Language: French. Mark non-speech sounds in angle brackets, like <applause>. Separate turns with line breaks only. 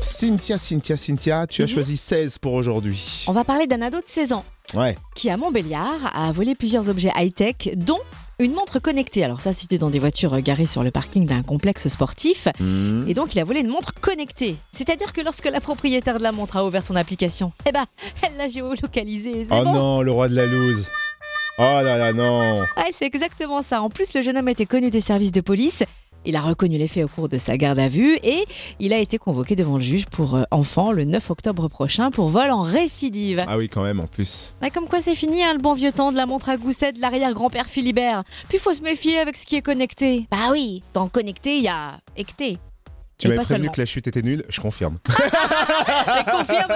Cynthia, Cynthia, Cynthia, tu as
Mhm.
choisi 16 pour aujourd'hui.
On va parler d'un ado de 16 ans
Ouais.
qui, à Montbéliard, a volé plusieurs objets high-tech, dont une montre connectée. Alors ça, c'était dans des voitures euh, garées sur le parking d'un complexe sportif. Et donc, il a volé une montre connectée. C'est-à-dire que lorsque la propriétaire de la montre a ouvert son application, eh ben, <laughs> elle l'a géolocalisée. et c'est
Oh
bon.
non, le roi de la loose. Oh là là, non.
Ouais, c'est exactement ça. En plus, le jeune homme était connu des services de police. Il a reconnu les faits au cours de sa garde à vue et il a été convoqué devant le juge pour euh, enfant le 9 octobre prochain pour vol en récidive.
Ah oui, quand même, en plus.
Ouais, comme quoi c'est fini hein, le bon vieux temps de la montre à gousset de l'arrière-grand-père Philibert. Puis faut se méfier avec ce qui est connecté. Bah oui, dans connecté, il y a hecté.
Tu
Et
m'avais
pas
prévenu
seulement.
que la chute était nulle, je confirme.
Je confirme